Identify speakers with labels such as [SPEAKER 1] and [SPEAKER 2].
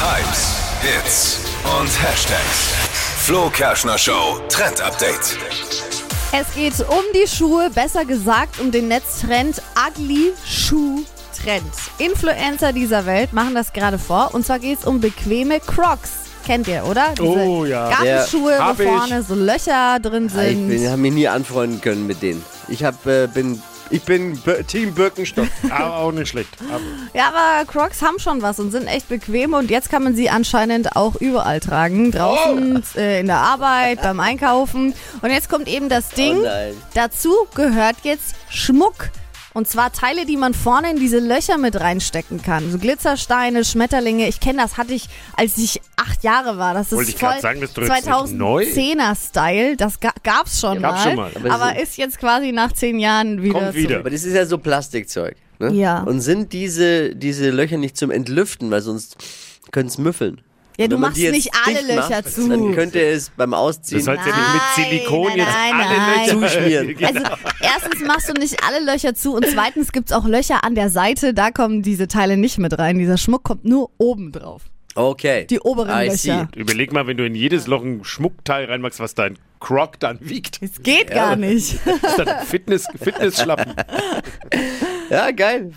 [SPEAKER 1] Hypes, Hits und Hashtags. Flo Kerschner Show Trend Update.
[SPEAKER 2] Es geht um die Schuhe, besser gesagt um den Netztrend Ugly Shoe Trend. Influencer dieser Welt machen das gerade vor und zwar geht es um bequeme Crocs. Kennt ihr, oder? Diese
[SPEAKER 3] Oh, ja.
[SPEAKER 2] Gartenschuhe,
[SPEAKER 3] Ja, hab
[SPEAKER 2] wo
[SPEAKER 3] ich.
[SPEAKER 2] vorne so Löcher drin
[SPEAKER 4] Ja, Ich
[SPEAKER 2] sind.
[SPEAKER 4] bin, hab mich nie anfreunden können mit denen. Ich hab, äh, bin, ich bin B Team Birkenstock.
[SPEAKER 3] Aber auch nicht schlecht. Aber
[SPEAKER 2] Ja, aber Crocs haben schon was und sind echt bequem und jetzt kann man sie anscheinend auch überall tragen. Draußen,
[SPEAKER 3] Oh.
[SPEAKER 2] äh, in der Arbeit, beim Einkaufen. Und jetzt kommt eben das Ding.
[SPEAKER 4] Oh nein.
[SPEAKER 2] Dazu gehört jetzt Schmuck. Und zwar Teile, die man vorne in diese Löcher mit reinstecken kann. So Glitzersteine, Schmetterlinge. Ich kenne das, hatte ich, als ich acht Jahre war. Das ist
[SPEAKER 3] Wollte ich grad
[SPEAKER 2] voll
[SPEAKER 3] sagen, das ist doch jetzt nicht neu.
[SPEAKER 2] 2010er-Style. Das ga gab's schon
[SPEAKER 3] Gab's
[SPEAKER 2] mal.
[SPEAKER 3] schon mal.
[SPEAKER 2] Aber,
[SPEAKER 4] Aber
[SPEAKER 2] ist jetzt quasi nach zehn Jahren wieder
[SPEAKER 3] Kommt wieder.
[SPEAKER 4] Aber das ist ja so Plastikzeug. Ne?
[SPEAKER 2] Ja.
[SPEAKER 4] Und sind diese, diese Löcher nicht zum Entlüften, weil sonst können es müffeln.
[SPEAKER 2] Ja,
[SPEAKER 4] Und
[SPEAKER 2] du
[SPEAKER 4] wenn man
[SPEAKER 2] machst
[SPEAKER 4] die jetzt
[SPEAKER 2] nicht alle
[SPEAKER 4] dicht macht,
[SPEAKER 2] Löcher zu.
[SPEAKER 4] Dann könnte es beim
[SPEAKER 3] du
[SPEAKER 4] Ausziehen
[SPEAKER 3] sollst ja nicht mit
[SPEAKER 2] Nein,
[SPEAKER 3] Silikon
[SPEAKER 2] nein,
[SPEAKER 3] jetzt
[SPEAKER 2] nein, nein.
[SPEAKER 3] alle
[SPEAKER 4] Zuschmieren.
[SPEAKER 3] Löcher
[SPEAKER 2] Also erstens machst du nicht alle Löcher zu und zweitens gibt's auch Löcher an der Seite, da kommen diese Teile nicht mit rein. Dieser Schmuck kommt nur oben drauf.
[SPEAKER 4] Okay.
[SPEAKER 2] Die oberen
[SPEAKER 4] I
[SPEAKER 2] Löcher.
[SPEAKER 4] see.
[SPEAKER 3] Überleg mal, wenn du in jedes Loch ein Schmuckteil reinmachst, was dein Croc dann wiegt.
[SPEAKER 2] Es geht gar nicht.
[SPEAKER 3] Das ist dann ein Fitness, Fitnessschlappen.
[SPEAKER 4] Ja, geil.